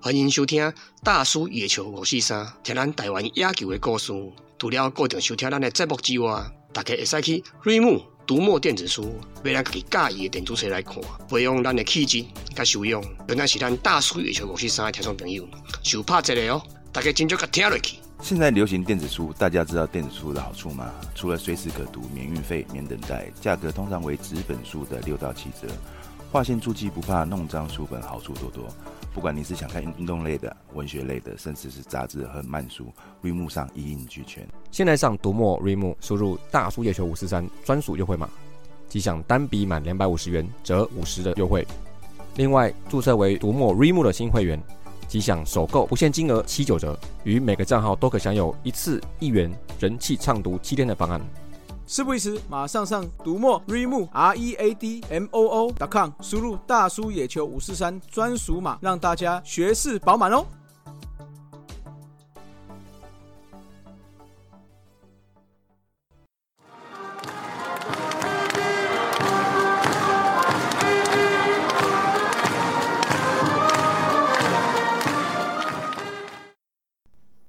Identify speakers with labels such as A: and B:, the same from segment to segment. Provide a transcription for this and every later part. A: 欢迎收听大叔野球五四三，听咱台湾野球的故事。除了固定收听咱的节目之外，大家会使去瑞木读墨电子书，买咱家己喜欢的电子册来看，培养咱的气质甲修养。原来是咱大叔野球五四三的听众朋友，就拍一个哦，大家真少甲听落去。
B: 现在流行电子书，大家知道电子书的好处吗？除了随时可读、免运费、免等待，价格通常为纸本书的六到七折。划线注记不怕弄脏书本，好处多多。不管你是想看运动类的、文学类的，甚至是杂志和漫书，绿幕上一应俱全。
C: 现在上读墨 Remo 输入“大叔野球五四三”专属优惠码，即享单笔满两百五十元折五十的优惠。另外，注册为读墨 Remo 的新会员，即享首购不限金额七九折，与每个账号都可享有一次一元人气畅读七天的 方案。
D: 事不宜迟，马上上读墨 Remo R E A D M O O dot com，输入大叔野球五四三专属码，让大家学识饱满哦。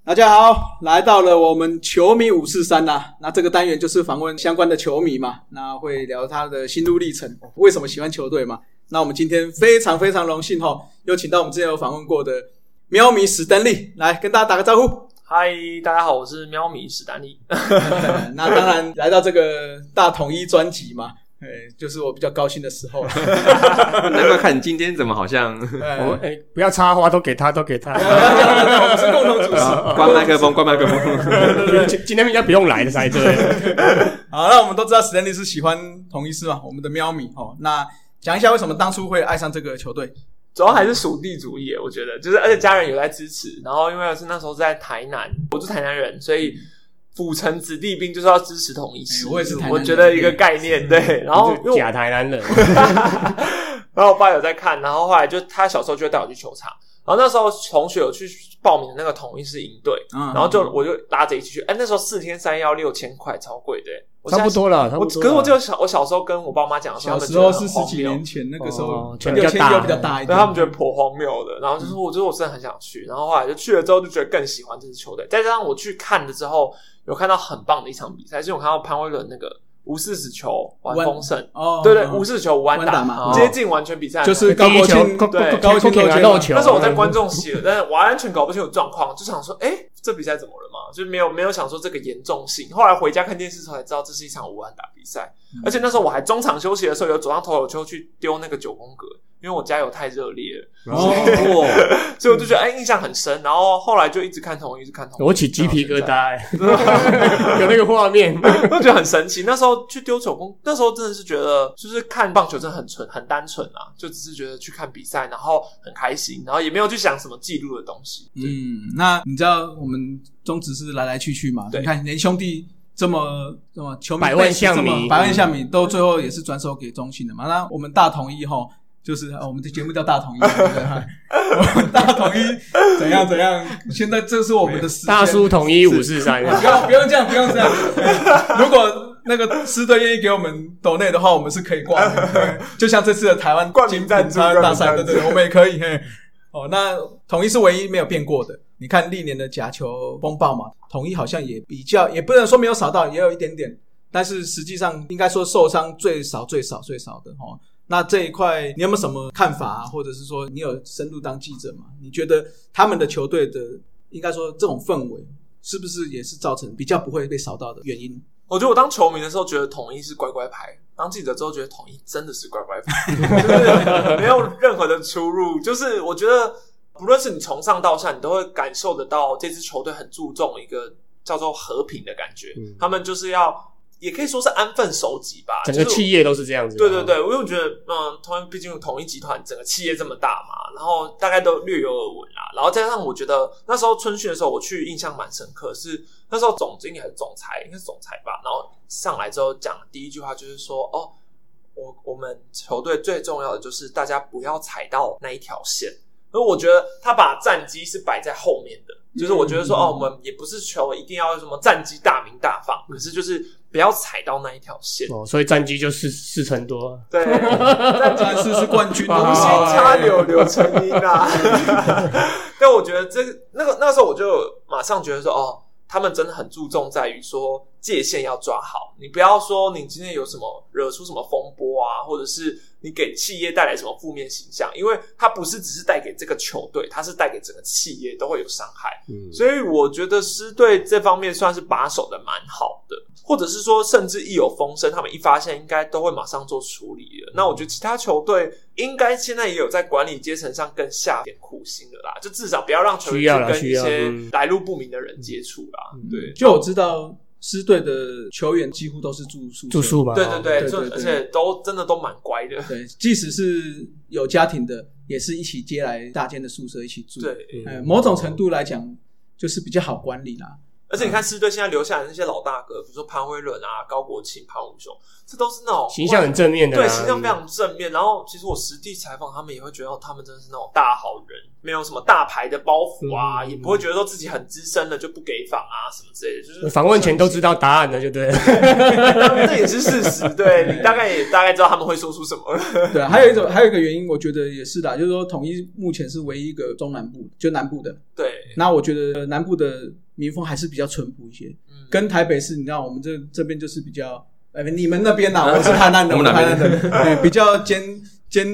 D: 大家好，来到了我们球迷五四三啦。那这个单元就是访问相关的球迷嘛，那会聊他的心路历程，为什么喜欢球队嘛。那我们今天非常非常荣幸哈、哦，有请到我们之前有访问过的喵迷史丹利来跟大家打个招呼。
E: 嗨，大家好，我是喵米史丹利。
D: 那当然来到这个大统一专辑嘛，哎，就是我比较高兴的时候了。
F: 难怪看你今天怎么好像
G: 我哎、不要插花，都给他，都给他。
E: 啊
D: 我们是共同主持。
F: 关麦克风，关麦克风。
G: 今今天应该不用来的才对。
D: 好，那我们都知道史丹利是喜欢同一师嘛，我们的喵米哦。那讲一下为什么当初会爱上这个球队？
E: 主要还是属地主义耶，我觉得就是，而且家人有在支持。然后因为是那时候是在台南，我是台南人，所以府城子弟兵就是要支持统一师、
D: 哎我也是台南人
E: 我觉得一个概念对。然后因为
G: 假台南人，
E: 然后我爸有在看，然后后来就他小时候就会带我去球场，然后那时候同学有去报名的那个统一师营队，
D: 嗯
E: 然后就我就拉着一起去，哎，那时候四天三夜要六千块，超贵的耶，我现
G: 差
E: 在
G: 不。多了，差
E: 我
G: 不多
E: 可
G: 了。
E: 是我就小我小时候跟我爸妈讲的时候，
D: 小
E: 他们
D: 时
E: 觉得
D: 候
E: 很
D: 是十几
E: 荒谬
D: 年前，那个时候
G: 哦钱比
D: 六
G: 较
D: 千
G: 大
D: 又比较大一
E: 对
D: 点，
E: 他们觉得颇荒谬的。然后
D: 嗯
E: 就是我，就是我真的很想去。然后后来就去了之后，就觉得更喜欢这支球队。再加上我去看了之后，有看到很棒的一场比赛，就是我看到潘威伦那个无四十球完封胜，
D: 哦，
E: 对对，
D: 嗯
E: 无四十球完
D: 完打
E: 打
D: 嘛哦
E: 嘛，接近完全比赛，
D: 就是
G: 第一球
D: 高
E: 国
G: 高
E: 庆
G: 高
D: 对
G: 高给他漏球，
E: 但是我在观众席了，但是完全搞不清楚状况，就想说，哎、这比赛怎么了嘛？就没有没有想说这个严重性。后来回家看电视的时候才知道，这是一场无安打比赛，
D: 嗯
E: 而且那时候我还中场休息的时候有走上投手丘去丢那个九宫格，因为我家有太热烈了，
D: 哦，
E: 所以我就觉得哎、印象很深。然后后来就一直看同一，一直看同一，
G: 我起鸡皮疙瘩、 欸，有那个画面。
E: 我觉得很神奇。那时候去丢九宫，那时候真的是觉得，就是看棒球真的很纯、很单纯啊，就只是觉得去看比赛，然后很开心，然后也没有去想什么记录的东西。对，
D: 嗯，那你知道我们宗旨是来来去去嘛？
E: 对
D: 你看连兄弟这么这么球迷
G: 百万
D: base
G: 象
D: 这么
G: 迷
D: 百万象迷都最后也是转手给中信的嘛。那我们大统一吼，就是、呃我们的节目叫大统一，对不 对？我们大统一怎样怎样？现在这是我们的时间
G: 大叔统一五四三，
D: 不用不用这样，不用这样。如果那个师队愿意给我们抖内的话，我们是可以挂名的， 就像这次的台湾
E: 冠名赞助
D: 金牌大赛，
E: 冠
D: 对
E: 名赞助
D: 对对，我们也可以。嘿，哦，那统一是唯一没有变过的。你看历年的假球风暴嘛，统一好像也比较，也不能说没有少到，也有一点点，但是实际上应该说受伤最少、最少、最少的哦。那这一块你有没有什么看法、啊，或者是说你有深入当记者吗？你觉得他们的球队的应该说这种氛围是不是也是造成比较不会被扫到的原因？
E: 我觉得我当球迷的时候觉得统一是乖乖牌，当记者之后觉得统一真的是乖乖牌，就是没有任何的出入。就是我觉得，不论是你从上到下，你都会感受得到这支球队很注重一个叫做和平的感觉。他们就是要，也可以说是安分守己吧，
G: 整个
E: 就是
G: 企业都是这样子。
E: 对对对，我又觉得，嗯，同毕竟统一集团整个企业这么大嘛，然后大概都略有耳闻啦。然后再加上我觉得那时候春训的时候，我去印象蛮深刻，是那时候总经理还是总裁，应该是总裁吧。然后上来之后讲的第一句话就是说，哦，我我们球队最重要的就是大家不要踩到那一条线。所以我觉得他把战机是摆在后面的，就是我觉得说，
D: 嗯
E: 哦，我们也不是求一定要什么战机大名大放，可是就是不要踩到那一条线。
G: 哦，所以战绩就四四成多。
E: 对，
D: 但是是冠军，
G: 哇
D: 哎
E: 无心插柳柳成荫啊！啊 但我觉得这那个那个时候我就马上觉得说，哦，他们真的很注重在于说界限要抓好，你不要说你今天有什么惹出什么风波啊，或者是你给企业带来什么负面形象，因为它不是只是带给这个球队，它是带给整个企业都会有伤害。
A: 嗯，
E: 所以我觉得师队这方面算是把守的蛮好的，或者是说，甚至一有风声，他们一发现应该都会马上做处理
G: 嗯
E: 了。那我觉得其他球队应该现在也有在管理阶层上更下点苦心的啦，就至少不要让球
G: 需要
E: 员
G: 啦
E: 去跟一
G: 需要嗯
E: 些
A: 嗯
E: 来路不明的人接触啦。对，
D: 就我知道狮队的球员几乎都是住宿
G: 住宿
D: 吧。
G: 吧，
E: 对对对，
D: 对
E: 就
D: 对对
E: 而且都真的都蛮乖的。
D: 对，即使是有家庭的，也是一起接来大间的宿舍一起住。，
G: 嗯
E: 对，
D: 呃，某种程度来讲，就是比较好管理啦。
E: 而且你看师队现在留下来的那些老大哥，比如说潘威伦啊、高国庆、潘武雄，这都是那种
G: 形象很正面的啦，
E: 对，形象非常正面。然后其实我实地采访他们，也会觉得哦他们真的是那种大好人，没有什么大牌的包袱啊，
G: 嗯
E: 也不会觉得说自己很资深了就不给访啊什么之类的。 就是
G: 嗯访问前都知道答案了，就对了。
E: 这也是事实。对你大概也大概知道他们会说出什么。
D: 对，啊还有一种，还有一个原因，我觉得也是啦，就是说统一目前是唯一一个中南部，就南部的。
E: 对，
D: 那我觉得南部的民风还是比较淳朴一些，
E: 嗯
D: 跟台北市，你知道我们这这边就是比较，哎，你们那边呐、
E: 啊
D: 我是台南的，我
F: 我
D: 是
F: 们
D: 台
F: 哪
D: 南
F: 边
D: 的， 哎，比较尖尖，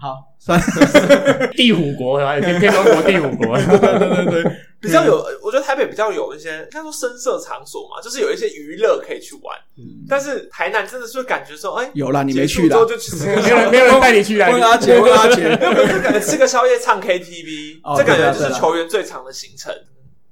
D: 好，算了，
G: 第五国，偏偏中国第五国，啊
E: 比较有，我觉得台北比较有一些应该说深色场所嘛，就是有一些娱乐可以去玩。但是台南真的是会感觉说，哎、
D: 有啊啦，你没
E: 结束
D: 去啦
E: 之后，就去吃个
G: 没有人没有人带你去啊！
D: 问阿杰，问阿 杰，
E: 没有，可是感觉吃个宵夜、唱 KTV，、
D: 哦
E: 这感
D: 对
E: 觉就
D: 啊对
E: 是
D: 啊
E: 球员最长的行程。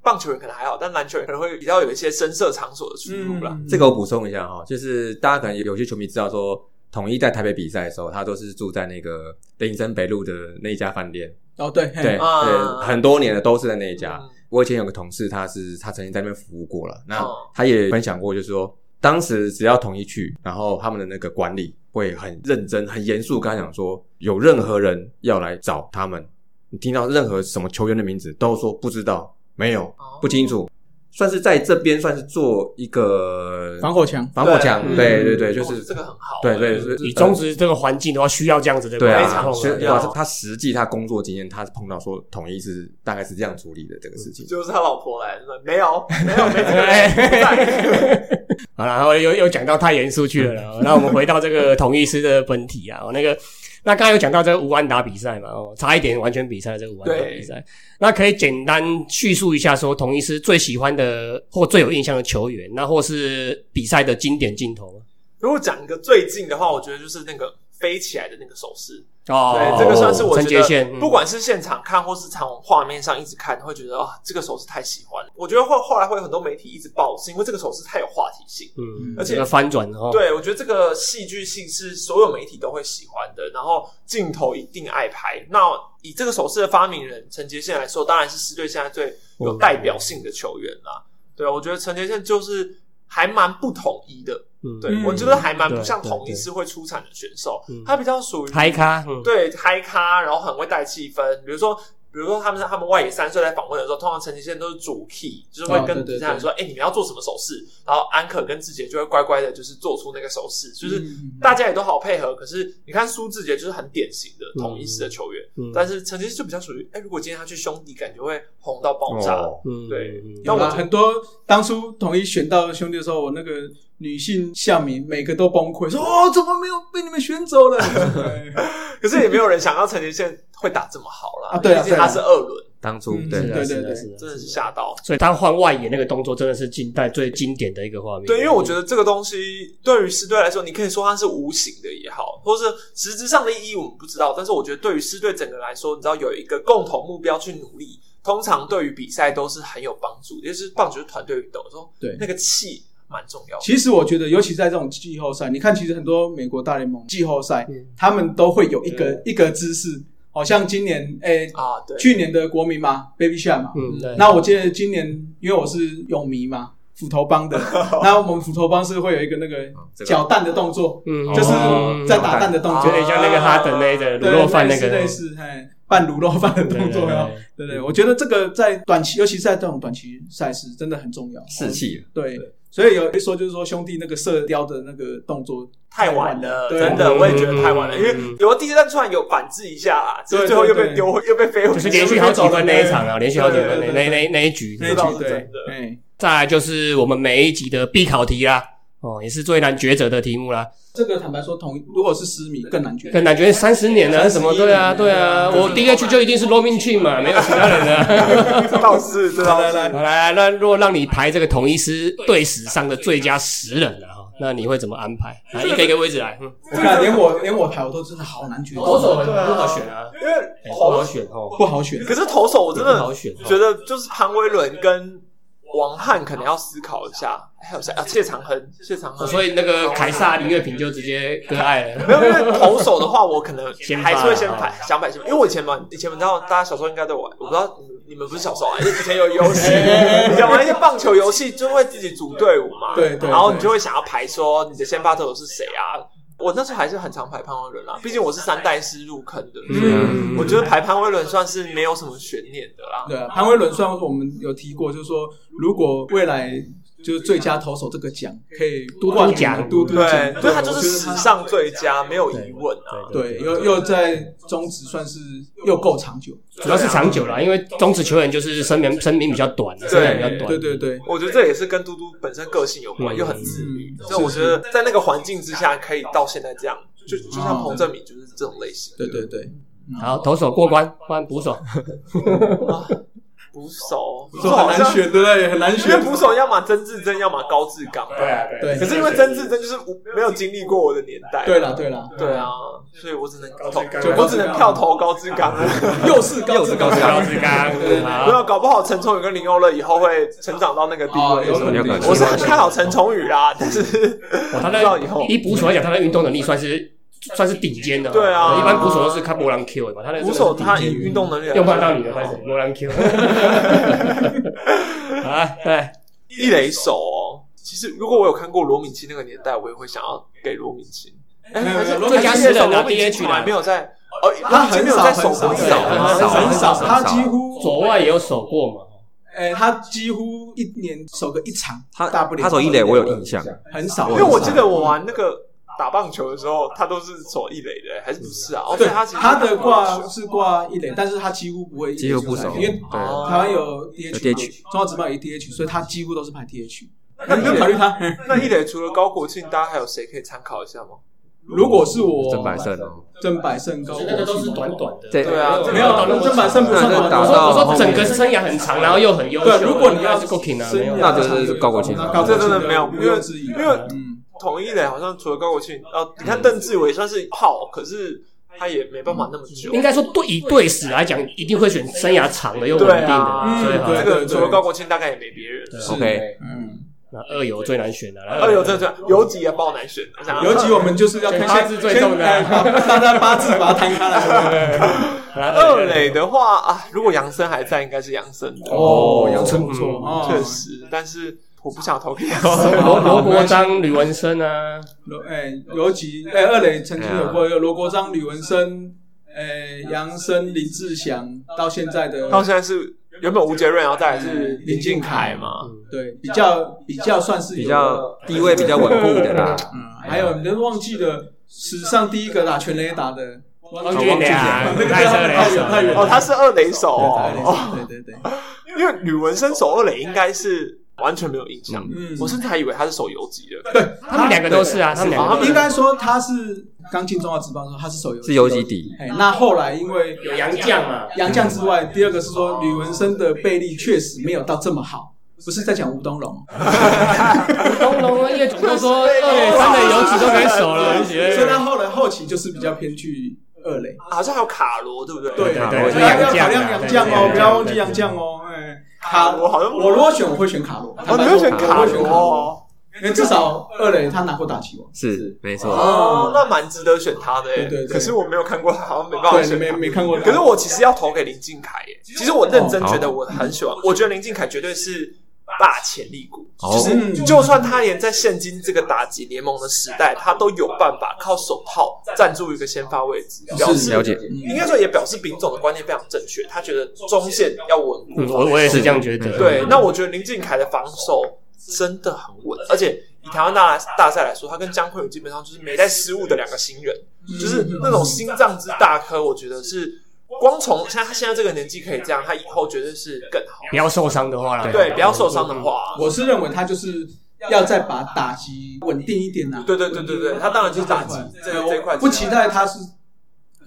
E: 棒球员可能还好，但篮球员可能会比较有一些深色场所的出入
D: 嗯
E: 啦。
F: 这个我补充一下哈，就是大家可能有些球迷知道说，统一在台北比赛的时候，他都是住在那个林森北路的那一家饭店，
D: 哦，对，嘿
F: 对，
E: 啊
F: 对，很多年了都是在那一家。
E: 嗯
F: 我以前有个同事，他是他曾经在那边服务过了，那
E: 哦
F: 他也分享过，就是说当时只要统一去，然后他们的那个管理会很认真、很严肃，跟他讲说，有任何人要来找他们，你听到任何什么球员的名字，都说不知道、没有、
E: 哦
F: 不清楚，算是在这边算是做一个
D: 防火墙，
F: 防火墙，对
G: 嗯
F: 对对，就
E: 哦
F: 是
E: 这个很好。
F: 对对对，
G: 以中职这个环境的话，需要这样子的
F: 对
G: 管
F: 啊，
G: 控
E: 非常
G: 啊，
E: 需要
F: 所以哇他实际他工作经验，他碰到说统一是大概是这样处理的这个事情。
E: 就是他老婆来了，没有，没有，没这个人不在。
G: 好啦然后又又讲到太严肃去了啦。
E: 嗯
G: 哦那我们回到这个同一师的本体啊，哦那个那刚才有讲到这个吴安达比赛嘛，哦，差一点完全比赛的这个吴安达比赛，那可以简单叙述一下说同一师最喜欢的或最有印象的球员，那或是比赛的经典镜头吗？
E: 如果讲一个最近的话，我觉得就是那个飞起来的那个手势，
G: 哦，
E: 对，这个算是我
G: 陈
E: 觉
G: 杰宪，
E: 得，
G: 嗯
E: 不管是现场看或是从画面上一直看，会觉得啊，这个手势太喜欢了。我觉得后后来会有很多媒体一直报，是因为这个手势太有话题性。
G: 嗯，
E: 而且
G: 这个翻转哦，
E: 对，我觉得这个戏剧性是所有媒体都会喜欢的，然后镜头一定爱拍。那以这个手势的发明人陈杰宪来说，当然是狮队现在最有代表性的球员啦。对，啊我觉得陈杰宪就是还蛮不统一的。
G: 嗯
E: 对，
D: 嗯
E: 我觉得还蛮不
G: 对
E: 像
G: 对
E: 统一
G: 对
E: 是会出产的选手，
G: 嗯
E: 他比较属于
G: 嗨咖，嗯，
E: 对嗨咖，然后很会带气氛。比如说，比如说他们他们外野三岁在访问的时候，通常陈绮宪都是主 key，就是会
D: 哦对
E: 跟
D: 对
E: 底下人说：“哎、你们要做什么手势？”然后安可跟志杰就会乖乖的，就是做出那个手势，就是
D: 嗯
E: 大家也都好配合。可是你看苏志杰就是很典型的统一式的球员，
G: 嗯
E: 但是陈绮宪就比较属于：哎、如果今天他去兄弟，感觉会红到爆炸。
F: 哦，
G: 嗯
E: 对
G: 嗯
D: 有
E: 那我
D: 啦，
E: 觉得
D: 很多当初统一选到兄弟的时候，我那个女性校民每个都崩溃，说哦，怎么没有被你们选走了？ 哎
E: 可是也没有人想到陈绮宪会打这么好啦，
D: 啊对啊
E: 毕竟他是二轮，
F: 当初
D: 嗯
F: 对
G: 是啊
D: 对
G: 是啊
D: 对
G: 是啊
E: 真的是吓到。
G: 所以他换外野那个动作真的是近代最经典的一个画面。
E: 对，因为我觉得这个东西对于狮队来说，你可以说它是无形的也好，或是实质上的意义我们不知道，但是我觉得对于狮队整个来说，你知道有一个共同目标去努力，通常对于比赛都是很有帮助，也就是棒球是团队运动，说
D: 对
E: 那个气蛮重要的。
D: 其实我觉得，尤其在这种季后赛，你看，其实很多美国大联盟季后赛，
G: 嗯
D: 他们都会有一个一个姿势，好像今年哎，
G: 嗯
E: 啊，对，
D: 去年的国民嘛，Baby Shark 嘛，
G: 嗯，对，
D: 那我记得今年，因为我是泳迷嘛，斧头帮 的，那我们斧头帮是会有一个那个
F: 这个
D: 搅蛋的动作，
G: 嗯，
D: 就是
G: 哦
D: 在打蛋的动
G: 有
D: 作，
G: 点像那个哈登那个
D: 对
G: 卤肉饭那
D: 类似
G: 个
D: 类似，嘿，拌卤肉饭的动作
G: 对
D: 哟
G: 对对。
D: 对对，我觉得这个在短期，尤其是在这种短期赛事，真的很重要。哦
F: 士气，
D: 对，所以有一说就是说兄弟那个射雕的那个动作
E: 太晚了，
D: 对
E: 真的，
G: 嗯
E: 我也觉得太晚了，
G: 嗯
E: 因为有第一站突然有反制一下啦，只是
D: 对
E: 最后又
D: 对
E: 被
D: 对
E: 丢回，又被飞回
G: 就
E: 去，
G: 是连续好几分那一场啊，连续好几分那
D: 对对对
G: 那那那一局。
D: 那一
E: 倒是
D: 局，
E: 真
D: 对
E: 的，
D: 哎，
G: 再来就是我们每一集的必考题啦，哦，也是最难抉择的题目啦。
D: 这个坦白说，同如果是失迷更难决定。
G: 跟感觉三十年了，什么对啊，对啊，
E: 对
G: 我第一个去就一定是 Robin Chin 嘛，没有其他人了。
E: 这倒是，这倒是，
G: 好来，那如果让你排这个统一师队史上的最佳十人啊，哈那你会怎么安排？来，一个一个位置来，嗯
D: 我看连我连我排我都真的好难决定，
G: 投手很
E: 对啊
G: 不好选啊，
E: 因为
G: 哎不好
E: 投，
G: 选哦，
D: 不好选。
E: 可是投手我真
G: 不好
E: 的
G: 选哦。
E: 觉得就是潘威伦跟王翰可能要思考一下，还有谁啊？谢长亨，谢长亨，
G: 哦所以那个凯撒林月平就直接割爱
E: 没 有，
G: 了。
E: 因为投手的话，我可能
G: 先
E: 还
G: 发
E: 是会先排
G: 啊
E: 想摆先，因为我以前嘛，以前你知道，大家小时候应该都玩，我不知道你们你们不是小时候啊，因为以前有游
G: 哎
E: 戏，以前玩一些棒球游戏就会自己组队伍嘛，
D: 对对
E: 然后你
D: 对
E: 就会想要排说你的先发投手是谁啊。我那时候还是很常排潘威伦啦，啊毕竟我是三代师入坑的，所以
G: 嗯
E: 我觉得排潘威伦算是没有什么悬念的啦。
D: 对啊，潘威伦虽然说我们有提过，就是说如果未来就是最佳投手这个奖可以多
G: 嘟嘟奖
D: 嘟嘟
E: 对
D: 奖，，
E: 所以他就是
D: 我觉得
E: 史
D: 他
E: 上最佳，没有疑问啊。
D: 对，又又在中职算是又够长久，
G: 主要是长久啦，因为中职球员就是生命生命比较短，生命比较短。
D: 对对对，
E: 我觉得这也是跟嘟嘟本身个性有关，
G: 嗯
E: 又很自律，
D: 嗯
E: 所以我觉得在那个环境之下，可以到现在这样，就就像彭正明就是这种类型，
D: 嗯对对对，
G: 好，投手过关，换捕手。
E: 捕手，捕
D: 这
E: 手
D: 很
E: 好
D: 难
E: 像
D: 选，对不对？很难
E: 因为
D: 选，
E: 捕手要么曾志珍，要么高志刚，对啊，
D: 对
E: 可是因为曾志珍就是我没有经历过我的年代，
D: 对了对了，
E: 对啊，所以我只能投
D: 志刚，
E: 我只能票投高志刚啊了。
D: 又是高志
G: 高
D: 高
G: 志刚，
E: 没
G: 嗯好，
E: 有，搞不好陈崇宇跟林欧乐以后会成长到那个地
D: 哦
E: 位
D: 有可能哎
E: 什么
F: 有可
E: 的。
F: 能
E: 我是很看好陈崇宇啦，但是
G: 哇哦他
E: 不知道以
G: 那
E: 后
G: 以捕手来讲，他的运动能力算是算是顶尖的。
E: 对啊
G: 一般捕手都是看波浪 Q 的嘛，他那
E: 捕手他以运动能力来
G: 又
E: 说
G: 换到你了，开始波浪 Q。啊，对，
E: 一垒手哦，其实如果我有看过罗敏清那个年代，我也会想要给罗敏清。哎，
D: 没有
E: 还是
D: 罗
G: 敏清
E: 还是
G: 是拿
E: 罗敏
G: DH
E: 清从来
G: 的
E: 没有在哦，
D: 他
E: 很
D: 很
E: 没有
D: 少
E: 在
D: 很
E: 守
D: 少
E: 过
D: 很
E: 一垒，
D: 少很少，他几
G: 左
D: 乎
G: 外也有守过嘛。
D: 哎他几乎一年守个一场，
F: 他
D: 大不了
F: 他手一垒我有印象，
D: 很少，
E: 因为我记得我玩那个打棒球的时候，他都是守一垒的，还是不是啊？哦，
D: 对
E: 所以他其实
D: 他的挂是挂一垒，但是他几乎不会一垒
F: 几乎不熟，
D: 因为
F: 对，
E: 哦
D: 台湾有 DH，,
F: 有 DH
D: 嘛中华职棒有 DH，所以他几乎都是排 DH。
E: 那
D: 那
E: 你
D: 你
E: 有
D: 有
E: 考
D: 考
E: 虑
D: 虑他？
E: 那一垒除了高国庆，大家还有谁可以参考一下吗？
D: 如果是我
F: 郑百胜哦，
D: 郑百胜高
G: 可
D: 国
G: 是
D: 庆，
G: 那个都是短短的，
F: 对
E: 啊
D: 没有
G: 到那么
D: 郑百胜不算短
G: 我
F: 打
G: 说
F: 到
G: 我说
F: 后面
G: 整个生涯很长，然后又很优秀。
D: 对，如果你要
G: 是 Cooking 啊，
D: 生
G: 没
D: 涯
G: 有
F: 那就是高国庆啊
D: 那高国庆
E: 这真的没有
D: 毋庸置疑，
E: 因为因为
D: 嗯，
E: 统一垒好像除了高国庆，哦，你看邓志伟算是炮，可是他也没办法那么久。
G: 应该说对以队史来讲，一定会选生涯长的又稳
E: 对
G: 定的
E: 啊，
G: 啦，所以
D: 嗯对
E: 这
G: 哈
E: 个除了高国庆，大概也没别人。
D: 是
F: OK，
D: 嗯，
G: 那二游最难选的啊啦，
E: 二游真的是有几也爆难选，我想
D: 尤其我们就是要看
G: 八字最重的
D: 先哎大家八字把它摊开
G: 啊
D: 来。
E: 二垒的话啊，如果杨森还在，应该是杨森的，
D: 哦，杨丞不错，哦
E: 确。实，但是我不想投给杨
G: 罗
E: 森。
G: 罗国章、吕文生啊，
D: 罗哎，尤其哎，二垒曾经有过有罗国章、吕文生、哎杨森、林志祥，到现在的
E: 到现在是原本吴杰瑞，然后再来是林俊凯嘛，
D: 对比较比较算是有
F: 比较地位比较稳固的啦，
D: 嗯，还有你都忘记了史上第一个打全垒打的
G: 汪
D: 汪
G: 俊良、
D: 那个太
G: 赖车雷
D: 远太远
E: 哦，他是二垒手哦，
D: 了，对对对，
E: 因为吕文生守二垒应该是完全没有印象，
D: 嗯，
E: 我甚至还以为他是守游击 的，
G: 他们两个都是啊，他们两个都
D: 应
G: 是。
D: 该说他是刚进中华职棒的时候他是手游
F: 是游击，底，
D: 哎，那后来因为
G: 有杨绛嘛，
D: 杨将之外，第二个是说吕文生的背力确实没有到这么好。不是在讲吴东龙，
G: 东龙叶总都说二垒、三垒游击都可以守了， 你觉
D: 所以
G: 得
D: 他后来后期就是比较偏去二垒。
E: 好像还有卡罗，对不对？
D: 对
G: 对
D: 对，
G: 对
D: 所以要
G: 洋将啊
D: 考量洋将
G: 对
D: 哦，
G: 对对
D: 不要忘记洋将哦。哎，卡
E: 我好像
D: 我如果选，我会选卡罗。
E: 哦，你会选卡
D: 我会选
E: 罗
D: 卡罗，
E: 哦
D: 因为至少二垒他拿过打击王。
F: 是没错，
E: 哦，那蛮值得选他的耶。
D: 嗯对对对
E: 可是我没有看过，好像没办法选
D: 对，没
E: 他。
D: 没看过他。
E: 可
G: 哦
E: 是我其实要投给林敬凯耶。其实我认真觉得我很喜欢，我觉得林敬凯绝对是大潜力股，
F: 哦
D: 嗯
E: 就是就算他连在现今这个打击联盟的时代，他都有办法靠手套站住一个先发位置，表示
F: 了解
E: 应该说也表示丙总的观念非常正确，他觉得中线要稳固。
G: 嗯我我也是这样觉得。
E: 对，那我觉得林敬凯的防守真的很稳，而且以台湾大大赛来说，他跟江坤宇基本上就是没在失误的两个新人，就是
D: 嗯
E: 那种心脏之大颗，我觉得是光从像他现在这个年纪可以这样，他以后绝对是更好。
G: 不要受伤的话啦，
E: 对，不要受伤的话，
G: 嗯
D: 我是认为他就是要再把打击稳定一点啊呐、
E: 对对对对对，他当然就是打击这
D: 对
E: 这一块，
D: 啊我
E: 啊
D: 不期待他是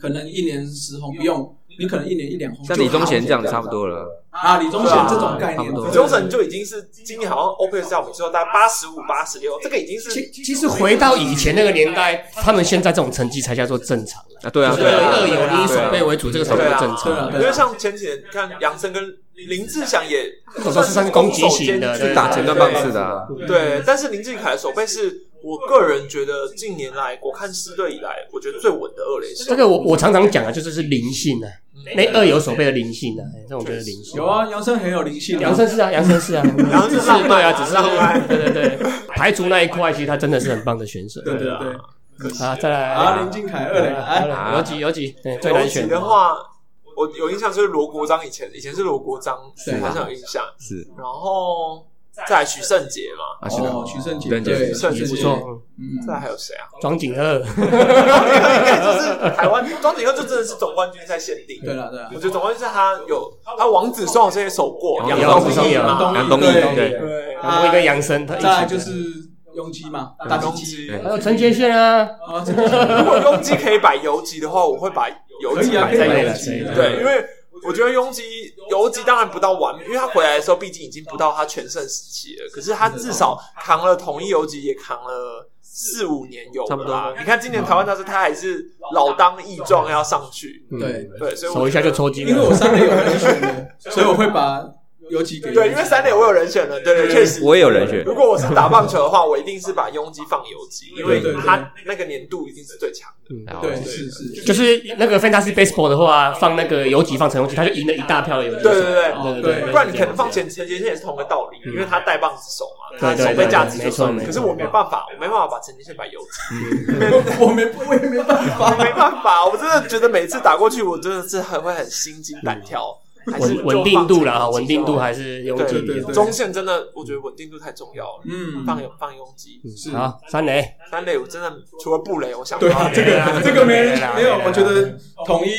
D: 可能一年十红，不用，你可能一年一两红就
F: 像
D: 好。
F: 李宗贤这样差不多了，
D: 啊，李宗贤这种概
F: 差不
D: 念，
F: 多
E: 李宗盛就已经是今年好像 OPS 上我们说大概八十五、八十六，这个已经是
G: 其其实回到以前那个年代，他们现在这种成绩才叫做正常了。
F: 啊，对啊，
G: 对，
E: 对啊
G: 二有一守备为主，这个才叫
E: 对
G: 做
E: 啊
G: 正
D: 对啊
G: 常。
E: 因为像前几年，你看杨森跟林志祥也
G: 这种是算是攻击型的，
E: 是
G: 对
F: 打前段棒次的啊，
E: 对，但是林俊凯的手背是我个人觉得近年来我看狮队以来，我觉得最稳的二垒手。
G: 这个我我常常讲啊，就是是灵性啊，那二有手背的灵性啊，哎这种就是灵性。
D: 有，啊，杨生很有灵性啊，
G: 杨生是啊，杨生是啊，
E: 杨
G: 只
E: 生
G: 是
E: 是浪漫
G: 对啊，只是
E: 浪漫
G: 对对对，排除那一块，其实他真的是很棒的选手。
D: 对对对，
G: 啊，再来，
D: 啊，林俊凯二垒来，
G: 来有几有几，对，最
E: 尤
G: 难
E: 其
G: 选
E: 的话，我有印象就是罗国章以前以前是罗国章，
D: 对
E: 好像有印象。
F: 是
E: 然后再来许圣杰嘛，
F: 啊，是的，
D: 哦，徐胜杰，
F: 对
D: 对，
E: 算
D: 许
G: 也
E: 是
G: 不
D: 圣杰
G: 错，，
E: 再来
D: 嗯，
E: 还有谁啊？
G: 嗯庄 景鹤，
E: 庄景鹤应该就是台湾，庄景鹤就真的是总冠军赛限定。
D: 对了对了
E: 我，觉得总冠军赛他有他王子松好像也守过，
F: 哦
E: 杨
G: 有
E: 宗
G: 有
E: 义
G: 有
E: 嘛，
F: 杨
D: 杨
F: 东
D: 东
F: 义
D: 义
F: 对
E: 对，
G: 然后一个杨生，他一起
D: 啊再来
G: 的
D: 就是拥挤嘛，打
E: 东
D: 击
E: 基。
G: 还有陈杰炫啊，
D: 啊，这个
E: 如果拥挤可以摆游击的话，我会把游
D: 可
E: 击
D: 以啊，可
E: 摆
D: 以
E: 在
D: 啊
E: 游
G: 来
E: 击
G: 了
D: 可以啊
E: 对，因为我觉得拥挤游击当然不到完美，因为他回来的时候毕竟已经不到他全盛时期了。可是他至少扛了统一游击，也扛了四五年有
F: 差不
E: 了啦
F: 多。
E: 你看今年台湾大师，他还是老当益壮要上去，
D: 对，
E: 对，所以我
G: 手一下就抽筋
D: 因为我
G: 了。
D: 三垒有人选 的，所以我会把游击给
E: 对，因为三垒我有人选了，对对，确实
F: 我也有人选
E: 如果我是打棒球的话，我一定是把拥挤放游击，因为
D: 对对对
E: 他那个年度一定是最强的。
G: 嗯
D: 对是是
G: 就。是那个 Fantasy Baseball 的话，放那个游击放陈荣基，他就赢了一大票的游击手。
E: 对对对
G: 对
D: 对
G: 对，
E: 不然你可能放前陈杰宪也是同个道理，因为他带棒子手嘛，他
G: 嗯对对
E: 手背架子就算
G: 没
E: 了。
G: 错
E: 可是我没办法，我没办法把陈杰宪摆游击，
D: 我没，我也没办法。
E: 没办法，我真的觉得每次打过去，我真的是很会很心惊胆跳。还是就
G: 嗯稳
E: 放
G: 稳定度啦，
E: 陈杰宪
G: 哈稳定度还是拥
E: 对
G: 挤
E: 对
G: 比
E: 对，
G: 较
E: 对中线真的，我觉得稳定度太重要了。
D: 嗯
E: 放放拥挤，
G: 好，三雷，
E: 三垒我真的除了布雷，我想不
D: 对
E: 到
D: 啊，这
G: 没了
D: 个这个没人
G: 没了
D: 没有
G: 没，了
D: 我觉得统一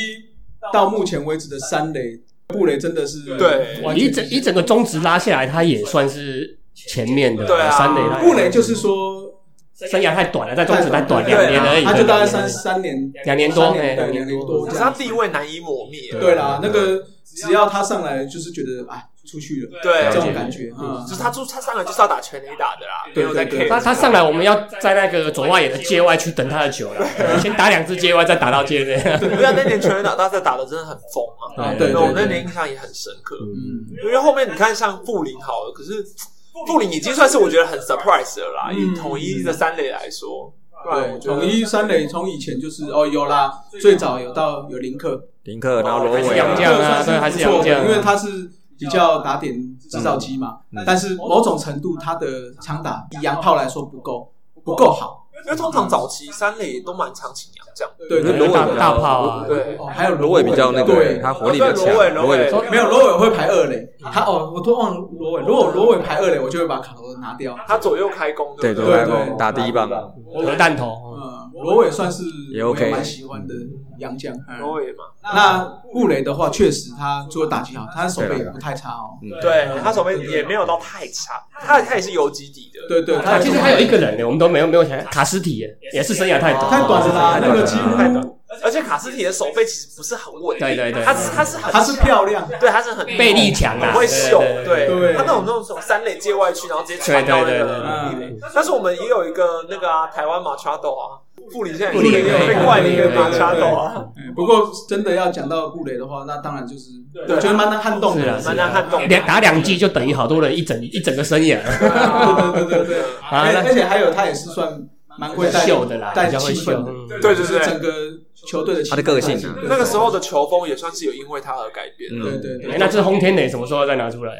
D: 到目前为止的三垒布雷真的是
E: 对
D: 完
G: 一
D: 全
G: 整一整个中职拉下来，他也算是前面的
E: 对啊
G: 三垒啦。
D: 布雷就是说
G: 生涯太短了，在中职太短，
D: 对
G: 两年而已。
D: 他就大概三
G: 对
D: 三年
G: 两年多，
D: 三
G: 哎
D: 年对
G: 两年
D: 两年多
E: 可是他地位难以抹灭。
D: 对啦，那个只要他上来就是觉得哎出去了
E: 对，
D: 这种感觉啊
E: 就，是他出他上来就是要打全垒打的啦，没
D: 对
E: 有在
D: 对对
E: care。
G: 他他上来，我们要在那个左外野的界外去等他的球了，先打两支界外，再打到界内。
E: 对，那那年全垒打大赛打的真的很疯啊！
D: 对对
E: 我那
D: 对
E: 年印象也很深刻，
D: 嗯
E: 因为后面你看像布林好了，可是布林已经算是我觉得很 surprise 了啦，以
D: 嗯
E: 统一的三垒来说，不然我
D: 对，
E: 觉得
D: 统一三垒从以前就是哦有啦，最早有到有林克，
F: 林克，然后罗
E: 哦还是
F: 伟
G: 杨
F: 啊，
G: 绛啊
D: 这
G: 对
D: 个
G: 还
D: 算
G: 是
D: 不错
G: 杨绛
D: 的，因为他是比较嗯打点制造机嘛，但是某种程度他的长打以洋炮来说不够，不够好。
E: 因为通常早期三垒都蛮常请杨将，
D: 对
F: 可是
D: 对
F: 罗伟
G: 大
F: 比较
G: 大炮啊，
E: 对
D: 哦，还有
F: 罗伟比较那个，
D: 对，
F: 他火力比较强，
E: 哦罗伟罗伟
F: 比较
D: 没有罗伟会排二垒，他哦，我都忘了罗伟，如果罗伟排二垒，我就会把卡罗拿掉。
E: 他左右开弓，
F: 对
E: 不
F: 对对，
D: 对对
F: 打第一棒，
G: 核弹头，
D: 嗯，罗伟算是
F: 也 OK
D: 我蛮喜欢的洋将。嗯
E: 罗伟嘛，
D: 那布雷的话，确实他除了打击好，他手背也不太差哦。
F: 嗯，
E: 对他手背也没有到太差，他他也是游击底的，
D: 对对，
G: 他
D: 他
G: 其实还有一个人呢，我们都没有没有想卡斯提耶，也是生涯太短，
D: 太短了啦，那个几
E: 太
D: 乎
E: 短。而且卡斯提的手背其实不是很稳定，
G: 对对对
E: 他是他是很
D: 他是漂亮，
E: 对，他是很
G: 贝利强啊，
E: 很会秀，对
D: 对对
E: 他那种那种什么三垒界外去，然后直接传到那
G: 对对对
E: 个
D: 对对
E: 嗯但是我们也有一个那个啊，台湾马查斗啊，布里现在
G: 布里
E: 也有被冠一个马查斗啊，
D: 嗯不过真的要讲到布雷的话，那当然就是我觉得蛮难撼动
G: 是
D: 的哎
G: 啊，是
E: 蛮难撼动的。
G: 两打两季就等于好多人一整一整个生涯。
D: 对对对对对，
G: 好，
D: 而
G: 那
D: 而且还有他也是算蛮会带
G: 秀的啦，
D: 带
G: 比较会
D: 气
G: 秀
D: 氛的，。
G: 嗯
E: 对对
D: 就是
E: 对
D: 整个球队的
F: 他的个性啊
D: 气氛
E: 那个时候的球风也算是有因为他而改变的。
D: 对对对，
G: 哎，那这轰天雷什么时候再拿出来？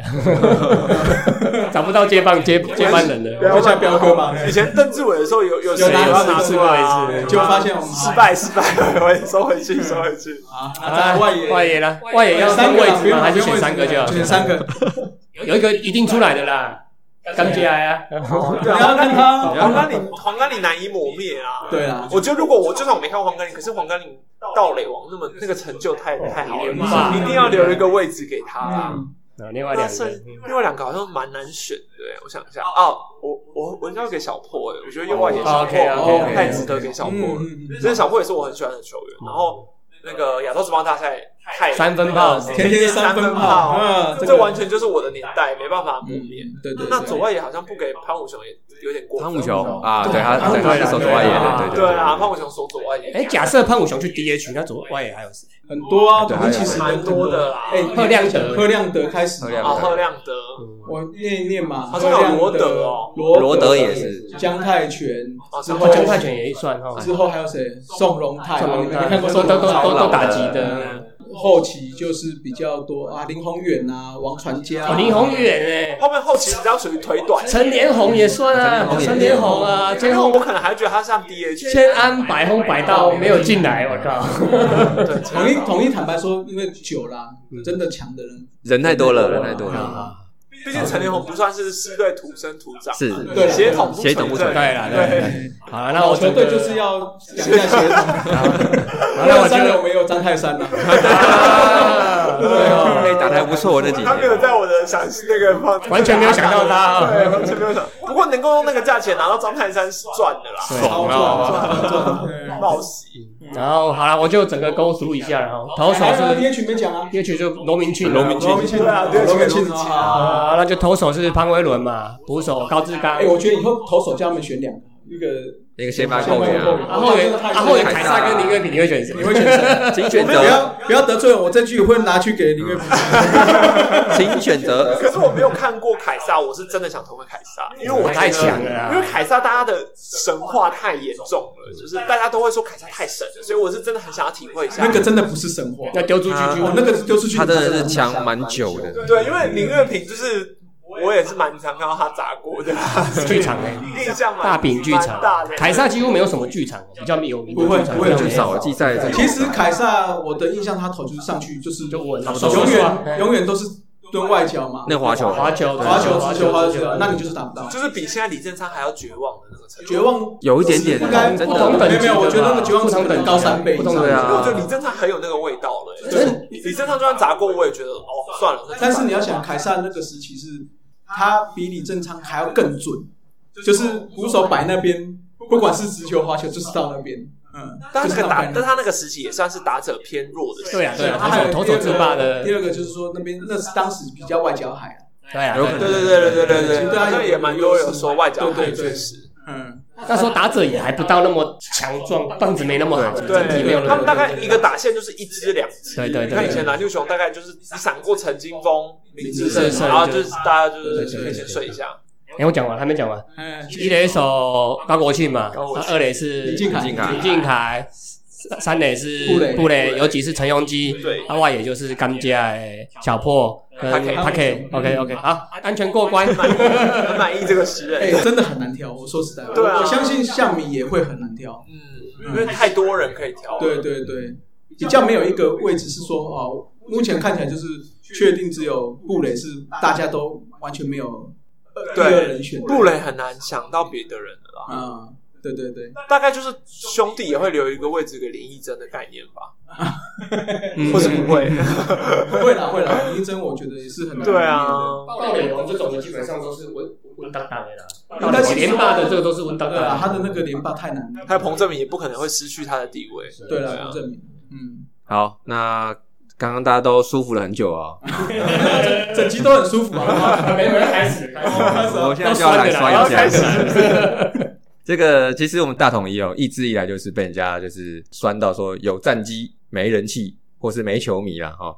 G: 找不到接棒接接班人
D: 不要
G: 了。
D: 像彪哥嘛，
E: 以前邓志伟的时候有有
D: 有
E: 谁
D: 拿过
E: 要拿出
D: 过
E: 来
D: 一
E: 啊
D: 次就发现我们
E: 失败失败，回收回去收回去。
D: 啊，那在外野
G: 外野呢？外野要
D: 三
G: 分
D: 个
G: 位
D: 啦不
G: 置
D: 用
G: 吗？还是
D: 不用
G: 选三个就好
D: 选？三个，
G: 有有一个一定出来的啦，刚进来啊。
D: 对啊，看他
E: 黄甘霖，黄甘霖难以磨灭啊！
D: 对啊
E: 我觉得如果我就算我没看过黄甘霖，可是黄甘霖到垒王那么那个成就太太好了
G: 嘛
E: 嘛，一定要留一个位置给他啦。
D: 嗯
G: 啊另外
E: 那
G: 两
E: 剩
G: 个，
E: 另外两个好像蛮难选的耶，我想一下哦，我我我应该要给小破哎，我觉得右外
D: 哦
E: 野小破
G: OK，OK，OK，OK
E: 太值得给小破了。
D: 啊嗯
E: 这小破也是我很喜欢的球员，然后那个亚洲职棒大赛太啊
G: 三分炮
D: 天天三分炮，嗯，
E: 这完全就是我的年代，没办法磨
D: 嗯
E: 灭。，
D: 对对，
E: 那左外野好像不给潘武雄也有点过分。
F: 汤姆球啊，对他，对他是守左外野的，对
E: 对啊，潘武雄守左外野，
G: 哎，假设潘武雄去 DH，那左外野还有谁？
D: 很多啊，
F: 对
D: 我们其实
E: 蛮多的啦。
D: 哎，
G: 贺亮德
D: 贺亮德开始，
F: 贺
G: 哎
F: 亮
E: 啊，
F: 德
E: 贺亮德，
D: 我念一念嘛，
E: 好像有罗德哦
D: 罗
F: 罗德也是
D: 江泰拳
E: 哦，
D: 之后
G: 哦，江泰拳也算哈。
D: 之后还有谁？宋荣泰，
G: 宋荣
D: 你
G: 泰
D: 没看过
G: 都都都
D: 宋荣泰
G: 都打击的。
D: 后期就是比较多啊，林宏远啊，王传佳啊，
G: 哦，林宏远
E: 后面后期比较属于腿短
G: 哎，。陈连红也算啊，
F: 陈
G: 陈
F: 连
G: 连
F: 红
G: 红啊，
D: 嗯
E: 然
G: 千
E: 后
G: 红
E: 我可能还觉得他像 DH，
G: 千安百轰百到没有进来，我靠。
E: 对，
D: 统一
E: 同
D: 统一坦白说，因为久啦，真的强的人
F: 人太多了，人太多了，
E: 毕竟陈连红不算是狮队土生土长，
F: 是
D: 对
E: 血统
F: 血统不
E: 纯
F: 纯
E: 正。
G: 对啦，对。好啦，那我
D: 球
G: 觉
D: 队
G: 得
D: 就是要讲一下协同。
G: 好那我觉
D: 三人我
G: 得
D: 们有张泰山呐，
G: 啊
F: 对哦，哎，打的还不错，那几
E: 他没有
F: 年
E: 在我的想那个方，
G: 完全没有想到他啊
E: 对，完全没有想。不过能够用那个价钱拿到张泰山是赚的啦，
D: 超赚赚赚。
E: 冒喜。
G: 然后好了，我就整个勾输一下，然后投手
D: 还有
G: 是
D: D H 没讲啊，
G: DH 就农民俊啊，
F: 农民俊
E: 罗明庆对啊，对，
D: 罗
E: 罗
D: 文
E: 明
D: 庆
E: 庆
D: 啊。
G: 啊，那就投手是潘威伦嘛，捕手高志刚
D: 哎，，我觉得以后投手叫他们选两个，一个
F: 那个先发后援啊，
G: 然后援
D: 我觉得太
G: 然后援
F: 太
G: 凯撒跟林月平，你会选谁？
D: 你会选谁？
F: 请选
D: 不要
F: 择，
D: 不要得罪我，我这句会拿去给林月平。
F: 请选择，
E: 可是我没有看过凯撒，我是真的想投给凯撒，
D: 嗯
E: 因为我觉得
G: 太强了啦
D: 啊
E: 因为凯撒大家的神话太严重了，就是大家都会说凯撒太神了，所以我是真的很想要体会一 下
D: 啊那个真的不是神话，
G: 要丢出去
F: 他
G: 去
D: 我那个丢出去，
F: 他真的是强蛮久的，
E: 对，因为林月平就是我也是蛮常看到他砸锅的，啊
G: 剧场哎，
E: 印象蛮
G: 大饼剧
E: 蛮
G: 场
E: 大的，
G: 凯撒几乎没有什么剧场，比较有名的
D: 不会
G: 剧场
D: 不会
G: 比较
F: 就
G: 没有
F: 少了季赛，
D: 其实凯撒，我的印象他投就是上去就是
G: 就稳了，
D: 永
G: 哎
D: 远永远都是蹲外角嘛，
F: 那滑球，
G: 滑球
D: 滑球、直球、滑球、直球，那你
G: 就
D: 就是打不到。
E: 就是比现在李正昌还要绝望的那个程度。
D: 绝望
F: 有一点点，
D: 应该
F: 真
G: 不同
F: 的
G: 等级
D: 啊没有没有，我觉得那个绝望
G: 不
D: 值
G: 同
D: 可
G: 等
D: 能
G: 级
D: 高三倍以
G: 不同
D: 上。
G: 等
F: 对
G: 级
E: 因为我觉得
F: 啊，
E: 李正昌很有那个味道了、欸，
D: 对
E: 就是李正昌就算砸锅，我也觉得哦算了。那
D: 嗯
E: 就
D: 但是你要想，凯撒那个时期是，他比李正昌还要更准，就是鼓手摆那边，不管是直球、滑球，就是到那边。嗯，
E: 但是那个打，
D: 就是那种感觉
E: 但是他那个时期也算是打者偏弱的时期，
G: 对啊对啊，
D: 他还有
G: 投手投手自霸的，
D: 第
G: 对
D: 二个就是说，那边那是当时比较外交海啊。
G: 啊，
F: 有可能
E: 对对对对对对
D: 其实
E: 对，
D: 大家
E: 好像也蛮多有说外角
D: 对
E: 对
D: 对对
E: 确实，
D: 嗯，
G: 那时候打者也还不到那么强壮，棒子没那么好，整体没有
E: 对，他
G: 那么
E: 们大概一个打线就是一支两支，
G: 对对
E: 你看以
G: 对
E: 前蓝六雄大概就是只闪过陈金峰、林志
G: 志
E: 胜，
G: 胜
E: 然后
G: 就
E: 就是大家就
D: 对对
E: 是
D: 对
E: 可以
D: 对
E: 先睡一下。
G: 哎，我讲完还没讲完，
D: 哎，
G: 一垒手高国庆嘛，
E: 高国
G: 啊
E: 庆
G: 二垒是
D: 李靖凯
G: 李靖凯，三三垒
D: 布
G: 是
D: 雷
G: 布雷，尤其是陈庸基，
E: 对
G: 啊外野就是甘家的小破跟
E: Take
G: Take。OK OK，好，安全过关。
E: 很满意这个诗人，
D: 哎，真的很难挑。我说实在，
E: 对啊
D: 我相信象迷也会很难挑。
E: 嗯，因为太多人可以挑，
D: 对，对对，比较没有一个位置是说哦，目前看起来就是确定只有布雷是大家都完全没有呃第
E: 对
D: 二人选的。
E: 布雷很难想到别的人了啦。
D: 啊，对对对，
E: 大概就是兄弟也会留一个位置给林义珍的概念吧，嗯或是不会？
D: 嗯会啦会啦，林真我觉得也是很难
E: 对啊
D: 拿捏的，
G: 到垒王这种的基本上都是稳稳当当的啦，
D: 应该是
G: 连霸的这个都是稳当
D: 对
G: 当
D: 啊，他
G: 的。
D: 的那个连霸太难了，
E: 还有彭正明也不可能会失去他的地位。
D: 对了，
E: 啊
D: 彭正明，嗯，
F: 好，那刚刚大家都舒服了很久啊，
D: 整集都很舒服啊，
G: 没没开始，开始
F: 我现在就要来刷
G: 要
F: 一
G: 开始
F: 下。
G: 了。
F: 这个其实我们大统一哦，一直以来就是被人家就是酸到说有战绩没人气，或是没球迷啦，哈、哦，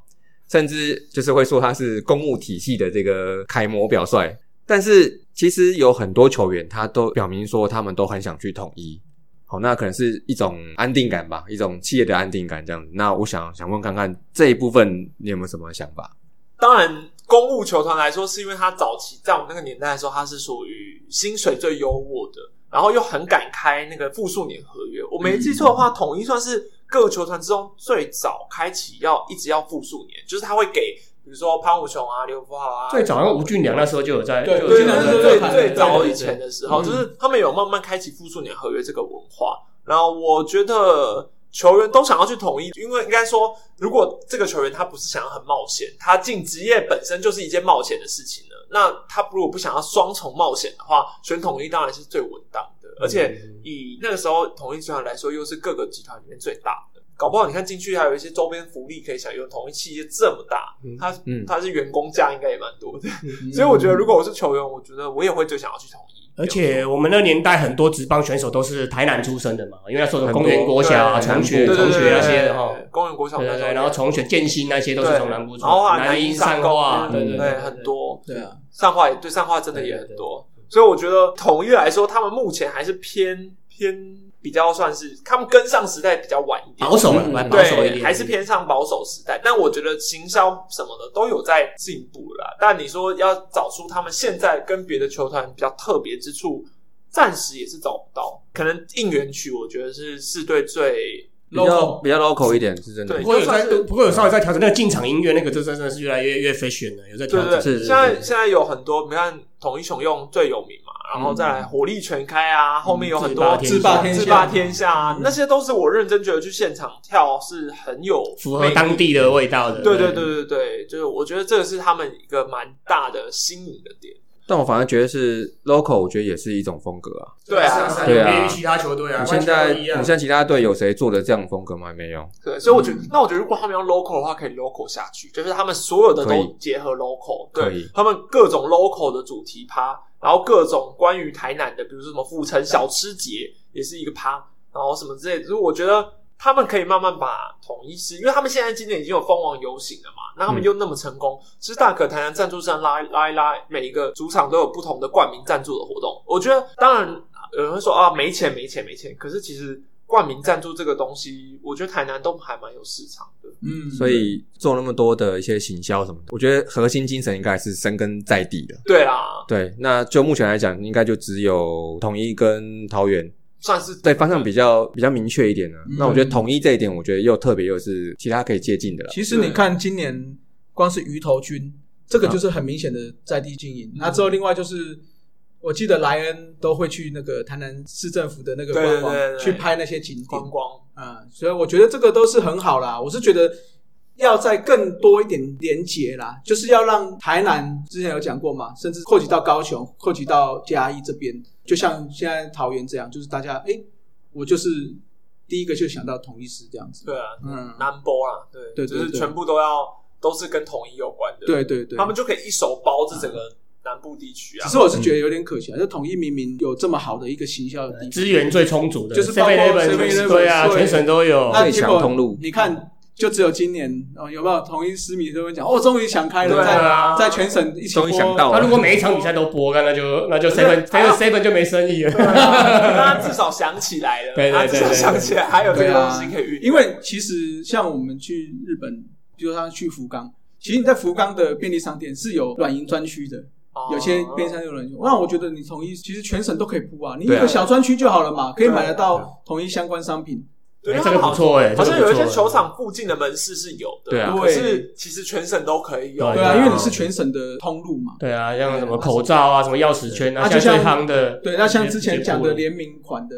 F: 甚至就是会说他是公务体系的这个楷模表率。哦但是其实有很多球员，他都表明说他们都很想去统一，好，那可能是一种安定感吧，一种企业的安定感这样子。那我想想问看看这一部分你有没有什么想法？
E: 当然，公务球团来说，是因为它早期在我们那个年代的时候，它是属于薪水最优渥的，然后又很敢开那个复数年合约。我没记错的话，统一算是各球团之中最早开启要一直要复数年，就是他会给，比如说潘武雄啊、刘福浩啊，
G: 最早好像吴俊良那时候就有在，
D: 对
G: 就有
E: 对，
D: 对
E: 那
D: 那
E: 是
D: 是
E: 最
D: 最
E: 最
D: 最
E: 早
D: 早
E: 以
D: 以
E: 前
D: 前
E: 的时
G: 嗯
E: 候，就是他们有慢慢开启复数年合约这个文化。然后我觉得球员都想要去统一，因为应该说，如果这个球员他不是想要很冒险，他进职业本身就是一件冒险的事情了。那他如果不想要双重冒险的话，选统一当然是最稳当的，而且
G: 嗯
E: 以那个时候统一集团来说，又是各个集团里面最大的。搞不好你看进去还有一些周边福利可以享用，统一企业这么大，它
F: 嗯
E: 它是员工价应该也蛮多的，所以我
D: 嗯
E: 觉得，如果我是球员，我觉得我也会最想要去统一。
G: 而且我们那年代很多职棒选手都是台南出生的嘛，因为那时候有
F: 很多
G: 公园国小啊、
F: 对
G: 重学、
E: 对对
G: 重
E: 对对
G: 学
E: 对
G: 那些的哈。
E: 公园国小
G: 对
E: 那
G: 对
E: 时
G: 对，
E: 候，
G: 然后重选建新那些都是
E: 对
G: 从南部出
E: 然后
G: 来，
E: 还有
G: 南
E: 英
G: 英上
E: 工
G: 化，
E: 对
G: 对
E: 对，很多
D: 对啊，
E: 上化也对上化真的也很多，所以我觉得统一来说，他们目前还是偏偏比较算是他们跟上时代比较晚一点，
G: 保守了，
D: 嗯
G: 蛮保守一
E: 对，
G: 点，
E: 还是偏上保守时代。但我觉得行销什么的都有在进步啦。但你说要找出他们现在跟别的球团比较特别之处，暂时也是找不到。可能应援曲，我觉得是是对最
F: 比较比较 local 一点是真的，
E: 对
G: 不过有在
E: 就算是
G: 不过有稍微在调整那个进场音乐，那个就真的是越来越越 fashion 了，有在
E: 对
G: 调
E: 对对。
G: 整
F: 是是
E: 现在
F: 是
E: 现在有很多，你看统一雄用最有名嘛，然后再来火力全开啊，后面有很多
G: 嗯自
D: 霸天下
E: 自霸天下啊，
G: 嗯
E: 那些都是我认真觉得去现场跳是很有
G: 符合当地的味道的。
E: 对对对对对，就是我觉得这个是他们一个蛮大的新颖的点。
F: 但我反而觉得是 local，我觉得也是一种风格啊。
E: 对啊，
G: 是
F: 对
G: 有
F: 啊
G: 别于其他球队啊，
F: 你现
G: 完
F: 在
G: 全不
F: 你
G: 一样
F: 现在其他队有谁做的这样的风格吗？没有。
E: 对，所以我觉得，那我觉得如果他们要 local 的话，可以 local 下去，就是他们所有的
F: 可
E: 都
F: 以
E: 结合 local，
F: 可
E: 对
F: 以
E: 他们各种 local 的主题趴，然后各种关于台南的，比如说什么府城小吃节也是一个趴，然后什么之类的。就是我觉得他们可以慢慢把统一师，因为他们现在今年已经有蜂王游行了嘛，那他们又那么成功，其实大可台南赞助商拉一拉一拉，每一个主场都有不同的冠名赞助的活动。我觉得当然有人会说啊，没钱没钱没钱，可是其实。冠名赞助这个东西，我觉得台南都还蛮有市场的。
D: 嗯，
F: 所以做那么多的一些行销什么的，我觉得核心精神应该还是深根在地的。
E: 对啊啦，
F: 对，那就目前来讲，应该就只有统一跟桃园
E: 算是
F: 对方向比较比较明确一点呢、啊
D: 嗯
F: 那我觉得统一这一点，我觉得又特别又是其他可以借鉴的了。
D: 其实你看，今年光是鱼头菌，这
E: 啊
D: 个就是很明显的在地经
E: 嗯
D: 营。那之后，另外就是我记得莱恩都会去那个台南市政府的那个
E: 对对
D: 官
E: 对对
D: 网去拍那些景点
E: 观光，
D: 啊、所以我觉得这个都是很好啦。我是觉得要在更多一点连结啦，就是要让台南之前有讲过嘛，甚至扩及到高雄，扩及到嘉义这边，就像现在桃园这样，就是大家哎、诶我就是第一个就想到统一师这样子。
E: 对啊，
D: 嗯，
E: 南波啦，对，
D: 对对
E: 就是
D: 对
E: 全部都要都是跟统一有关的，
D: 对对对，嗯
E: 他们就可以一手包这整个南部地区啊
D: 只。是我是觉得有点可惜啊，就统一明明有这么好的一个行销的地方，
G: 资源最充足的，
D: 就是包
G: Seven
D: 括
G: Eleven，
D: 7-Eleven
G: 对啊，
D: 对
G: 全省都有。啊
D: 那
F: 最
D: 结
F: 强
D: 果
F: 通路
D: 你看。就只有今年哦，有没有统一思密这边讲哦，终于想开
E: 对
D: 了，
E: 啊
D: 在在全省一起播
F: 终于想到了
G: 那如果每一场比赛都播，那就那就 Seven
E: 还有
G: Seven Seven 就没生意了。哎
E: 他啊至少想起来了，
G: 对对对
E: 他至少想起来还有这
D: 对
E: 个东
D: 啊
E: 西可以运用，
D: 因为其实像我们去日本，比如像去福冈，其实你在福冈的便利商店是有软银专区的，
E: 哦
D: 有些便利商店有软银。那我觉得你统一其实全省都可以铺啊，你一
F: 对啊
D: 个小专区就好了嘛，可以买得
E: 对
D: 到统一相关商品。
E: 对
G: 哎
E: 因为
G: 这
E: 他
G: 个
E: 们
G: 不
E: 好像
G: 错哎，
E: 好像有一
G: 这
E: 些
G: 个不
E: 球
G: 错
E: 场附近的门市是有的，
F: 对啊
E: 可是其实全省都可以有，
G: 对
D: 对啊，因为你
G: 对
D: 是全省的通路嘛。
G: 对啊，像什么口罩啊，什么钥匙圈啊，
D: 啊
G: 现
D: 就
G: 在最
D: 像
G: 夯的。
D: 对，那像之前讲的联
G: 连
D: 名款的，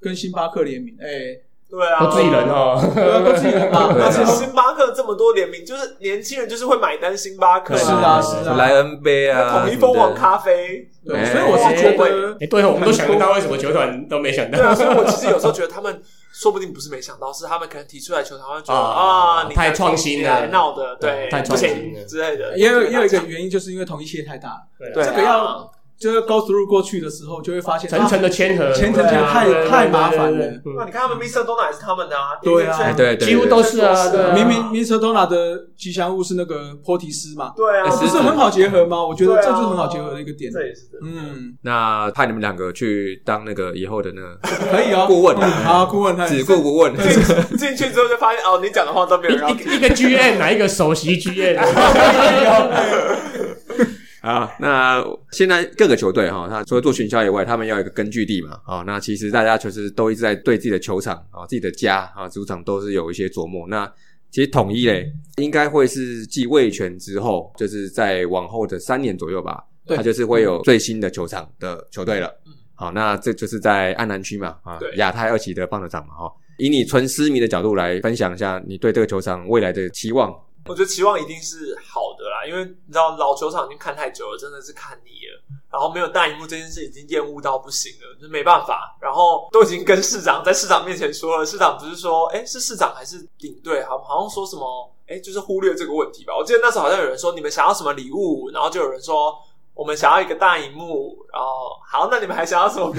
D: 跟星巴克联名，哎，
E: 对啊，
G: 都自己人。哦，
D: 对啊，都自己人嘛，
F: 对啊
E: 而
D: 而
E: 且
D: 且
E: 星巴克这么多联名，就是年轻人就是会买单星巴克，
G: 对
D: 是
G: 啊
D: 啊
G: 是
F: 什
D: 是
F: 么
D: 啊，
F: 莱恩杯啊，
E: 统一蜂王
F: 什么
E: 咖啡，
D: 对，啊
F: 哎
D: 所以我是觉得
G: 哎，对哦，我们都想不到为什么球团都没想到
E: 对。啊，所以我其实有时候觉得他们说不定不是没想到，是他们可能提出来球场会觉得
G: 啊
E: 啊，你
G: 太创新了
E: 闹的对，
G: 太创新了
E: 不行之类的，
D: 也有
E: 就
D: 也有一
E: 是大
D: 个
E: 家
D: 原因，就是因为统一系列太大了，
G: 对
E: 对
G: 啊
E: 啊
D: 这个要就是 go through 过去的时候，就会发现
G: 层层的谦和，
D: 层层
G: 对啊
D: 太
G: 对对对
D: 太麻烦
G: 对对
D: 了
G: 对
E: 那
G: 嗯
E: 你看他们 Mr. Donut 也是他们的啊，
D: 对啊
E: 点点
F: 哎，
E: 券
F: 对，对
G: 几乎都是啊，对啊，
D: 明明明 o 多纳的吉祥物是那个波提斯嘛，
E: 对
G: 哎
E: 啊，
D: 不是很好结合吗？我觉得
E: 对啊
D: 这就是很好结合的一个点。
E: 这也是真的
D: 嗯，
F: 那派你们两个去当那个以后的那 个
D: 可以哦。
F: 顾问
D: 嗯好，顾问，
F: 只顾不问，
E: 进去之后就发现哦，你讲的话都没有人要听。
G: 一一个 GM 哪一个首席 GM？
F: 啊，那现在各个球队哈，他除了做巡销以外，他们要有一个根据地嘛，啊，那其实大家就是都一直在对自己的球场啊、自己的家啊、主场都是有一些琢磨。那其实统一嘞，应该会是继卫权之后，就是在往后的三年左右吧，
D: 对
F: 它就是会有最新的球场的球队了。好，那这就是在安南区嘛，啊
E: 嗯对，
F: 亚太二期的棒球场嘛，哈、以你纯私迷的角度来分享一下你对这个球场未来的期望，
E: 我觉得期望一定是好的啦，因为你知道老球场已经看太久了，真的是看腻了。然后没有大荧幕这件事已经厌恶到不行了，就没办法。然后都已经跟市长在市长面前说了，市长不是说，哎，是市长还是领队，好好像说什么，哎，就是忽略这个问题吧。我记得那时候好像有人说你们想要什么礼物，然后就有人说我们想要一个大荧幕，然后好，那你们还想要什么？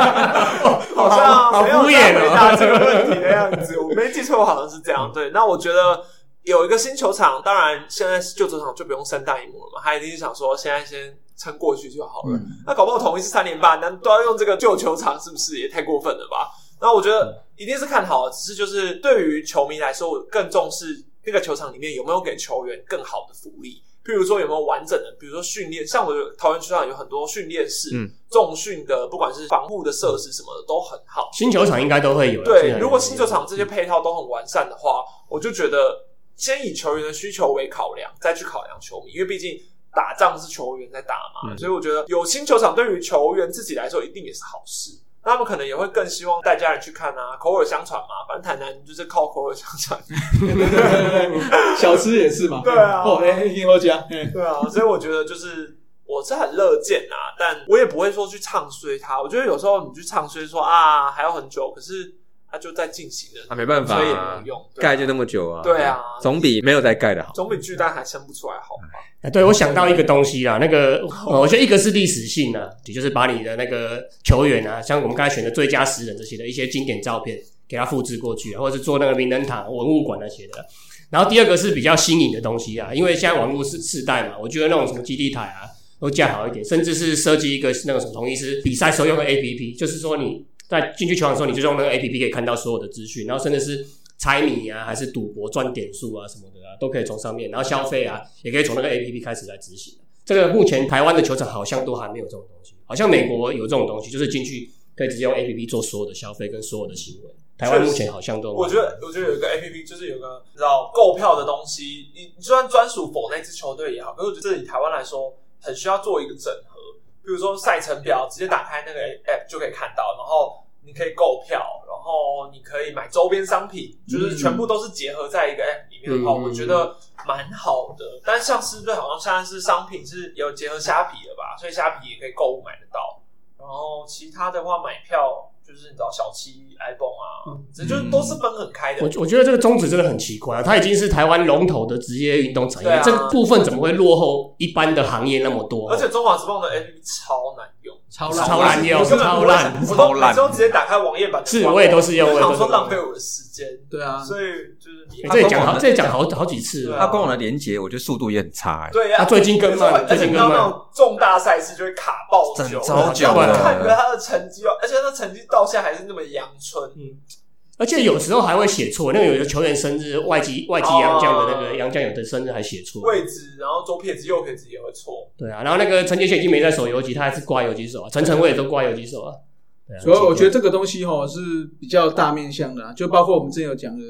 E: 好像没有在回答这个问题的样子，我没记错，好像是这样。对，那我觉得有一个新球场，当然现在旧球场就不用三大荧幕了嘛，他一定是想说现在先撑过去就好了。
D: 嗯
E: 那搞不好统一是三连霸，难都要用这个旧球场，是不是也太过分了吧？那我觉得一定是看好的，只是就是对于球迷来说，我更重视那个球场里面有没有给球员更好的福利，譬如说有没有完整的，比如说训练，像我的桃园球场有很多训练室，
F: 嗯
E: 重训的，不管是防护的设施什么的都很好。
G: 新球场应该都会有啦。新球
E: 对，
G: 场
E: 如果新球场
F: 嗯
E: 这些配套都很完善的话，我就觉得先以球员的需求为考量，再去考量球迷，因为毕竟打仗是球员在打嘛，
F: 嗯
E: 所以我觉得有新球场对于球员自己来说一定也是好事。那他们可能也会更希望带家人去看啊，口耳相传嘛，反正台南就是靠口耳相传。
D: 小吃也是嘛。
E: 对啊
D: 哦，哎，英国家，哎
E: 对啊， 所以我觉得就是我是很乐见啊，但我也不会说去唱衰它。我觉得有时候你去唱衰说啊还要很久，可是它就在进行了，
F: 啊，没办法、
E: 所以也没有用。对啊
F: 盖就那么久啊，
E: 对啊
F: 总比没有在盖的好。
E: 总比巨蛋还生不出来好吧？
G: 啊对我想到一个东西啦，那个呃我觉得一个是历史性啊，也就是把你的那个球员啊，像我们刚才选的最佳十人这些的一些经典照片，给它复制过去啊，或者是做那个名人堂文物馆那些的。啊然后第二个是比较新颖的东西啊，因为现在网络是世代嘛，我觉得那种什么基地台啊都架好一点，甚至是设计一个那个什么同意是比赛时候用的 APP，就是说你在进去球场的时候，你就用那个 APP 可以看到所有的资讯，然后甚至是猜谜啊，还是赌博赚点数啊什么的啊，都可以从上面，然后消费啊，也可以从那个 APP 开始来执行。啊这个目前台湾的球场好像都还没有这种东西，好像美国有这种东西，就是进去可以直接用 APP 做所有的消费跟所有的行为。台湾目前好像都
E: 我觉得，我觉得有一个 A P P，就是有个你知道购票的东西，你你就算专属否那支球队也好，可是我觉得这以台湾来说，很需要做一个整合。比如说赛程表，直接打开那个 App 就可以看到，然后你可以购票，然后你可以买周边商品，就是全部都是结合在一个 App 里面的话，
G: 嗯
E: 我觉得蛮好的。但像狮队好像现在是商品是有结合虾皮的吧，所以虾皮也可以购物买得到。然后其他的话，买票就是你知道小七、iPhone 啊，这就是都是分很开的。
G: 我我觉得这个宗旨真的很奇怪啊！它已经是台湾龙头的职业运动产业，
E: 对啊
G: 这个部分怎么会落后一般的行业那么多？
E: 而且中华职棒的 APP 超难用，
D: 超
G: 超烂用
E: 我根本不
G: 超
E: 会
G: 烂
E: 想我
B: 超烂
E: 每次都直接打开网页版。
G: 是我也都是用
E: 我
G: 我也都
E: 想
G: 是
E: 说
G: 用嗯
E: 浪费我的时间，
D: 对啊，
E: 所以就是你啊
G: 欸这也讲好，这也讲好好几次
E: 对
G: 了。
E: 啊
F: 它官网的连接，我觉得速度也很差、欸。
E: 对啊呀，
G: 他啊最近更慢，
E: 而
G: 最
E: 且
G: 近
E: 你到
G: 更
E: 那
G: 慢。
E: 种重大赛事就会卡爆久，
F: 真超
G: 久了
E: 然后看着他的成绩哦，而且他的成绩到现在还是那么阳春。
G: 嗯而且有时候还会写错，那个有的球员生日，外籍
E: 哦
G: 外籍洋将的那个洋将有的生日还写错。
E: 位置，然后左撇子、右撇子也会错，
G: 对啊，然后那个陈杰宪已经没在守游击，他还是挂游击手啊，陈晨我也都挂游击手啊。对啊
D: 主要我觉得这个东西哈是比较大面向的、啊，就包括我们之前有讲的，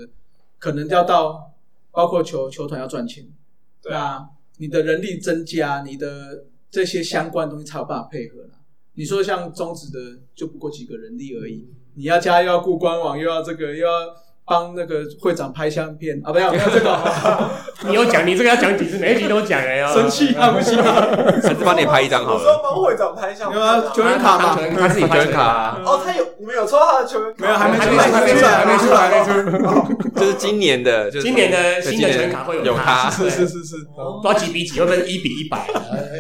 D: 可能要到包括球球团要赚钱，
E: 对啊，
D: 那你的人力增加，你的这些相关东西才有办法配合啦。你说像中职的就不过几个人力而已，你要加又要顾官网，又要这个又要帮那个会长拍相片啊，不 要不要这 个，
G: 你有讲，你这个要讲几次，每一集都讲哎呀。
D: 生气看 不起，
F: 还是帮你拍一张好
E: 我说
F: 了。
E: 帮会长拍一下，
D: 有啊，球员卡嘛，
G: 他自己拍
F: 球员卡、啊，
E: 哦，他有，我们有抽到他的球员卡，
D: 没有还没
G: 还
D: 出
G: 没
D: 来，
G: 出来
D: 还没出来，还没出来，
F: 就是今年的，就是
G: 今年的新
F: 对今
G: 的全
F: 年
G: 卡会
F: 有
G: 他，
F: 他
G: 对
D: 是是是是，
G: 不知道几比几，会不会一比一百、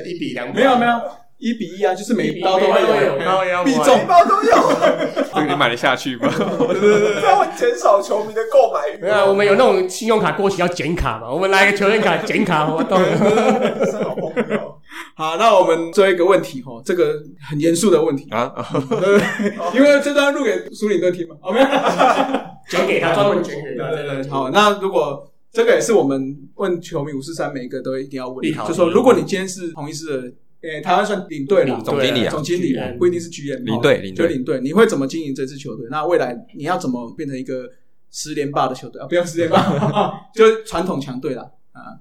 G: 一比两百？
D: 没有没有，一比一啊，就是每
G: 刀
D: 刀都会有，
G: 刀要
D: 必中包都有，
H: 这个你买得下去 吗？
D: 这样会减少球迷的购买欲
G: 没有啊，我们有那种信用卡过期要剪卡嘛，我们来个球员卡剪卡活动。
D: 是好朋友。好，那我们最后一个问题哦，这个很严肃的问题，
H: 啊，
D: 因为这段录给苏领队听嘛。好没有
G: 捐 给他，专门捐给他，真的。
D: 好，那如果这个也是我们问球迷五四三，每一个都一定要问
G: 必考，
D: 就说如果你今天是同一师的，诶，台湾算领队啦，
F: 总经理啊
D: 总经理啊
G: GM
D: 不一定是 GM，
F: 领
D: 哦
F: 队领
D: 就
F: 队
D: 领队，你会怎么经营这支球队？那未来你要怎么变成一个十连霸的球队啊？不要十连 霸， 就是传统强队啦。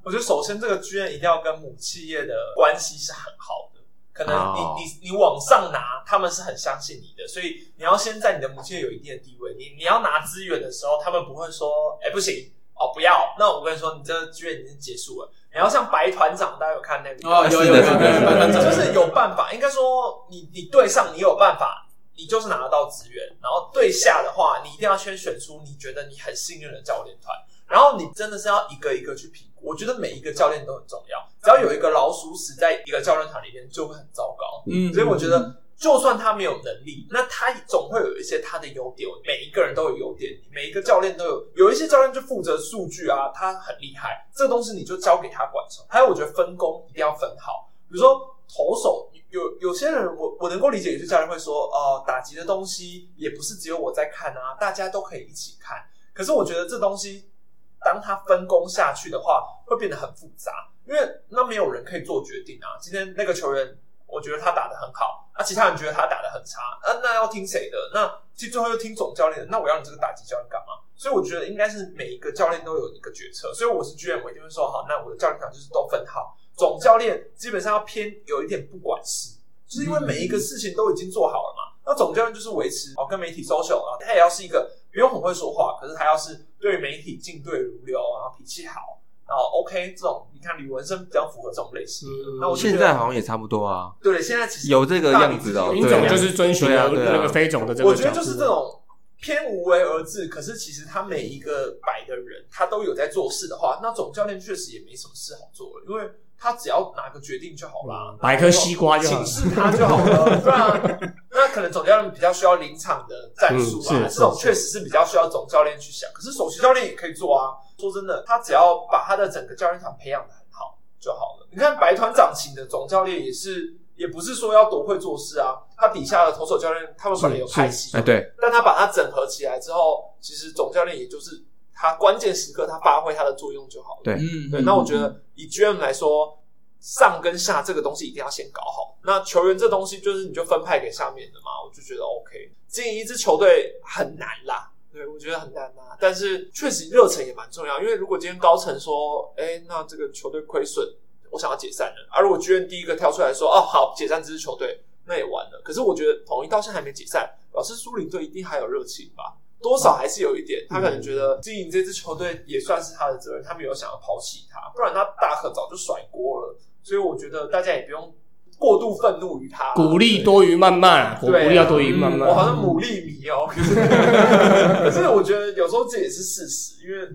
E: 我觉得首先这个剧院一定要跟母企业的关系是很好的，可能你、
F: 哦
E: 你你往上拿，他们是很相信你的，所以你要先在你的母企业有一定的地位。你你要拿资源的时候，他们不会说，哎、不行哦，不要。那我跟你说，你这个剧院已经结束了。你要像白团长，大家有看那个？
D: 哦，有有有有，
F: 是的是的
D: 班班长
E: 就是有办法。应该说你，你对上你有办法，你就是拿得到资源。然后对下的话，你一定要先选出你觉得你很幸运的教练团，然后你真的是要一个一个去评估。我觉得每一个教练都很重要，只要有一个老鼠屎在一个教练团里面，就会很糟糕。
D: 嗯
E: 所以我觉得，就算他没有能力，那他总会有一些他的优点。每一个人都有优点，每一个教练都有，有一些教练就负责数据啊，他很厉害，这东西你就交给他管手。还有，我觉得分工一定要分好，比如说投手。有有些人我我能够理解，有些教练会说，呃，打击的东西也不是只有我在看啊，大家都可以一起看。可是我觉得这东西，当它分工下去的话，会变得很复杂，因为那没有人可以做决定啊。今天那个球员，我觉得他打得很好，那、其他人觉得他打得很差，啊、那要听谁的？那其实最后又听总教练的，那我要你这个打击教练干嘛？所以我觉得应该是每一个教练都有一个决策，所以我是 GM，我一定会说好，那我的教练团就是都分好，总教练基本上要偏有一点不管事，就是因为每一个事情都已经做好了嘛。那总教练就是维持哦跟媒体 social 啊，他也要是一个不用很会说话，可是他要是对媒体进对如流啊，然后脾气好，然后 OK 这种，你看李文生比较符合这种类型。那我就觉
F: 现
E: 得
F: 在好像也差不多啊，
E: 对，现在其实
F: 有这个样子的哦
E: 大
G: 林
E: 明星
G: 总就是遵循了
F: 对啊对啊
G: 那个飞总的这个
E: 我
G: 角
E: 觉
G: 度，
E: 得就是这种偏无为而治，可是其实他每一个摆的人，他都有在做事的话，那总教练确实也没什么事好做了，因为他只要拿个决定就好了
G: 嗯，摆颗西瓜就好
E: 请示他就好了，对啊。那可能总教练比较需要临场的战术啊，
G: 嗯是
E: 这种确实是比较需要总教练去想。可是首席教练也可以做啊。说真的，他只要把他的整个教练团培养的很好就好了。你看白团长请的总教练也是，也不是说要多会做事啊，他底下的投手教练他们本来有派系，
F: 哎，对，
E: 但他把它整合起来之后，其实总教练也就是他关键时刻他发挥他的作用就好了。
F: 对
D: 嗯
E: 对，那我觉得以 GM 来说，上跟下这个东西一定要先搞好。那球员这东西就是你就分派给下面的嘛，我就觉得 OK。经营一支球队很难啦，对我觉得很难啦。但是确实热忱也蛮重要，因为如果今天高层说，哎，那这个球队亏损，我想要解散了，而、啊如果 GM 第一个跳出来说，哦，好，解散这支球队，那也完了。可是我觉得统一到现在还没解散，表示苏林队一定还有热情吧。多少还是有一点，他可能觉得经营这支球队也算是他的责任，他没有想要抛弃他，不然他大可早就甩锅了。所以我觉得大家也不用过度愤怒于他，
G: 鼓励多于谩骂，鼓
E: 对啊
G: 励要多于谩
E: 我好
G: 骂。
E: 像牡蛎迷 哦，可是可是我觉得有时候这也是事实，因为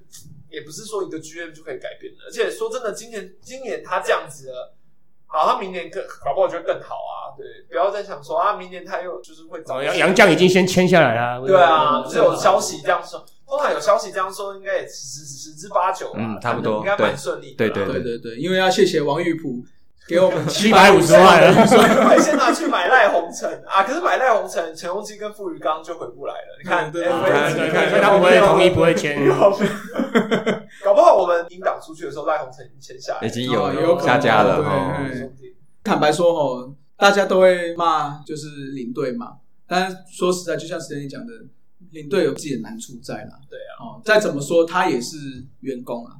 E: 也不是说一个 GM 就可以改变的。而且说真的，今年今年他这样子了，好，他明年更搞不好就更好啊。对，不要再想说啊，明年他又就是会找
G: 哦杨杨绛已经先签下来了，
E: 对啊，就是有消息这样说，通常有消息这样说，应该也十十之八九啦啊
F: 嗯差不多
E: 应该蛮顺利的
F: 对
E: 啦。
F: 对
D: 对对对，因为要谢谢王玉璞给 我们
G: 七百五十万了，
E: 可以先拿去买赖鸿城啊，可是买赖鸿城，陈宏基跟傅余刚就回不来了。你看，
D: 嗯对
E: 哎
D: 对
E: 我也
G: 对对对，所以他不会同意，不会签。
E: 搞不好我们引导出去的时候，赖鸿城已经签下来了，
F: 已经
D: 哦
F: 有
D: 有可能
F: 下架了
D: 对
F: 哦。
D: 对
E: 说不定
D: 坦白说哦，大家都会骂就是领队嘛，但是说实在，就像之前你讲的，领队有自己的难处在啦。
E: 对
D: 啊，哦，再怎么说他也是员工啊，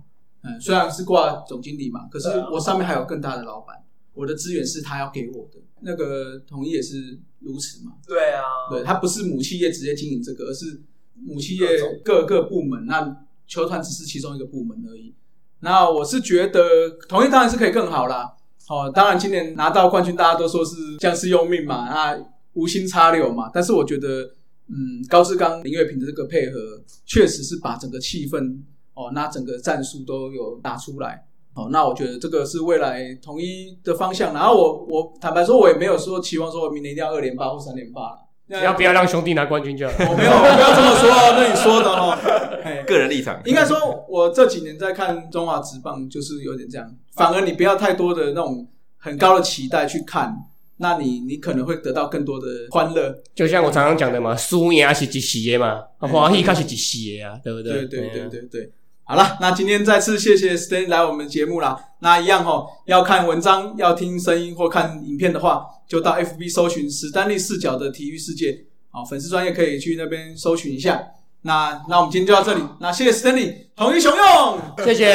D: 嗯，虽然是挂总经理嘛，可是
E: 对啊
D: 我上面还有更大的老板，我的资源是他要给我的。那个统一也是如此嘛，
E: 对啊，
D: 对，他不是母企业直接经营这个，而是母企业
E: 各种
D: 各个部门，那球团只是其中一个部门而已。那我是觉得同意当然是可以更好啦。哦，当然今年拿到冠军，大家都说是将士用命嘛，那无心插柳嘛。但是我觉得，嗯，高志刚、林月平的这个配合，确实是把整个气氛哦，那整个战术都有打出来。哦，那我觉得这个是未来统一的方向。然后我我坦白说，我也没有说期望说我明年一定要二连霸或三连霸。
G: 只要不要让兄弟拿冠军就好了。
D: 我没有，我不要这么说啊， 那你说的哦。嘿
F: 个人立场
D: 应该说，我这几年在看中华职棒，就是有点这样。反而你不要太多的那种很高的期待去看，那你你可能会得到更多的欢乐。
G: 就像我常常讲的嘛，输赢是一时的嘛，啊欢喜较是一时的啊，对不
D: 对对
G: 对？
D: 对
G: 对啊。
D: 对对。好了，那今天再次谢谢 Stan 来我们节目啦。那一样哦，要看文章、要听声音或看影片的话，就到 FB 搜寻史丹利视角的体育世界，好，粉丝专业可以去那边搜寻一下。那那我们今天就到这里，那谢谢 Stanley，统一雄用。
G: 谢谢。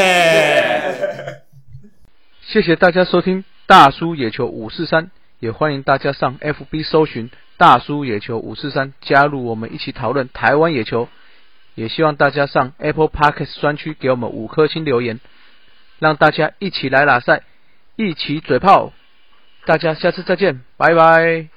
H: 谢谢大家收听大叔野球五四三，也欢迎大家上 FB 搜寻大叔野球五四三，加入我们一起讨论台湾野球。也希望大家上 Apple Podcast 专区给我们五颗星留言，让大家一起来拉赛，一起嘴炮。大家下次再见，拜拜。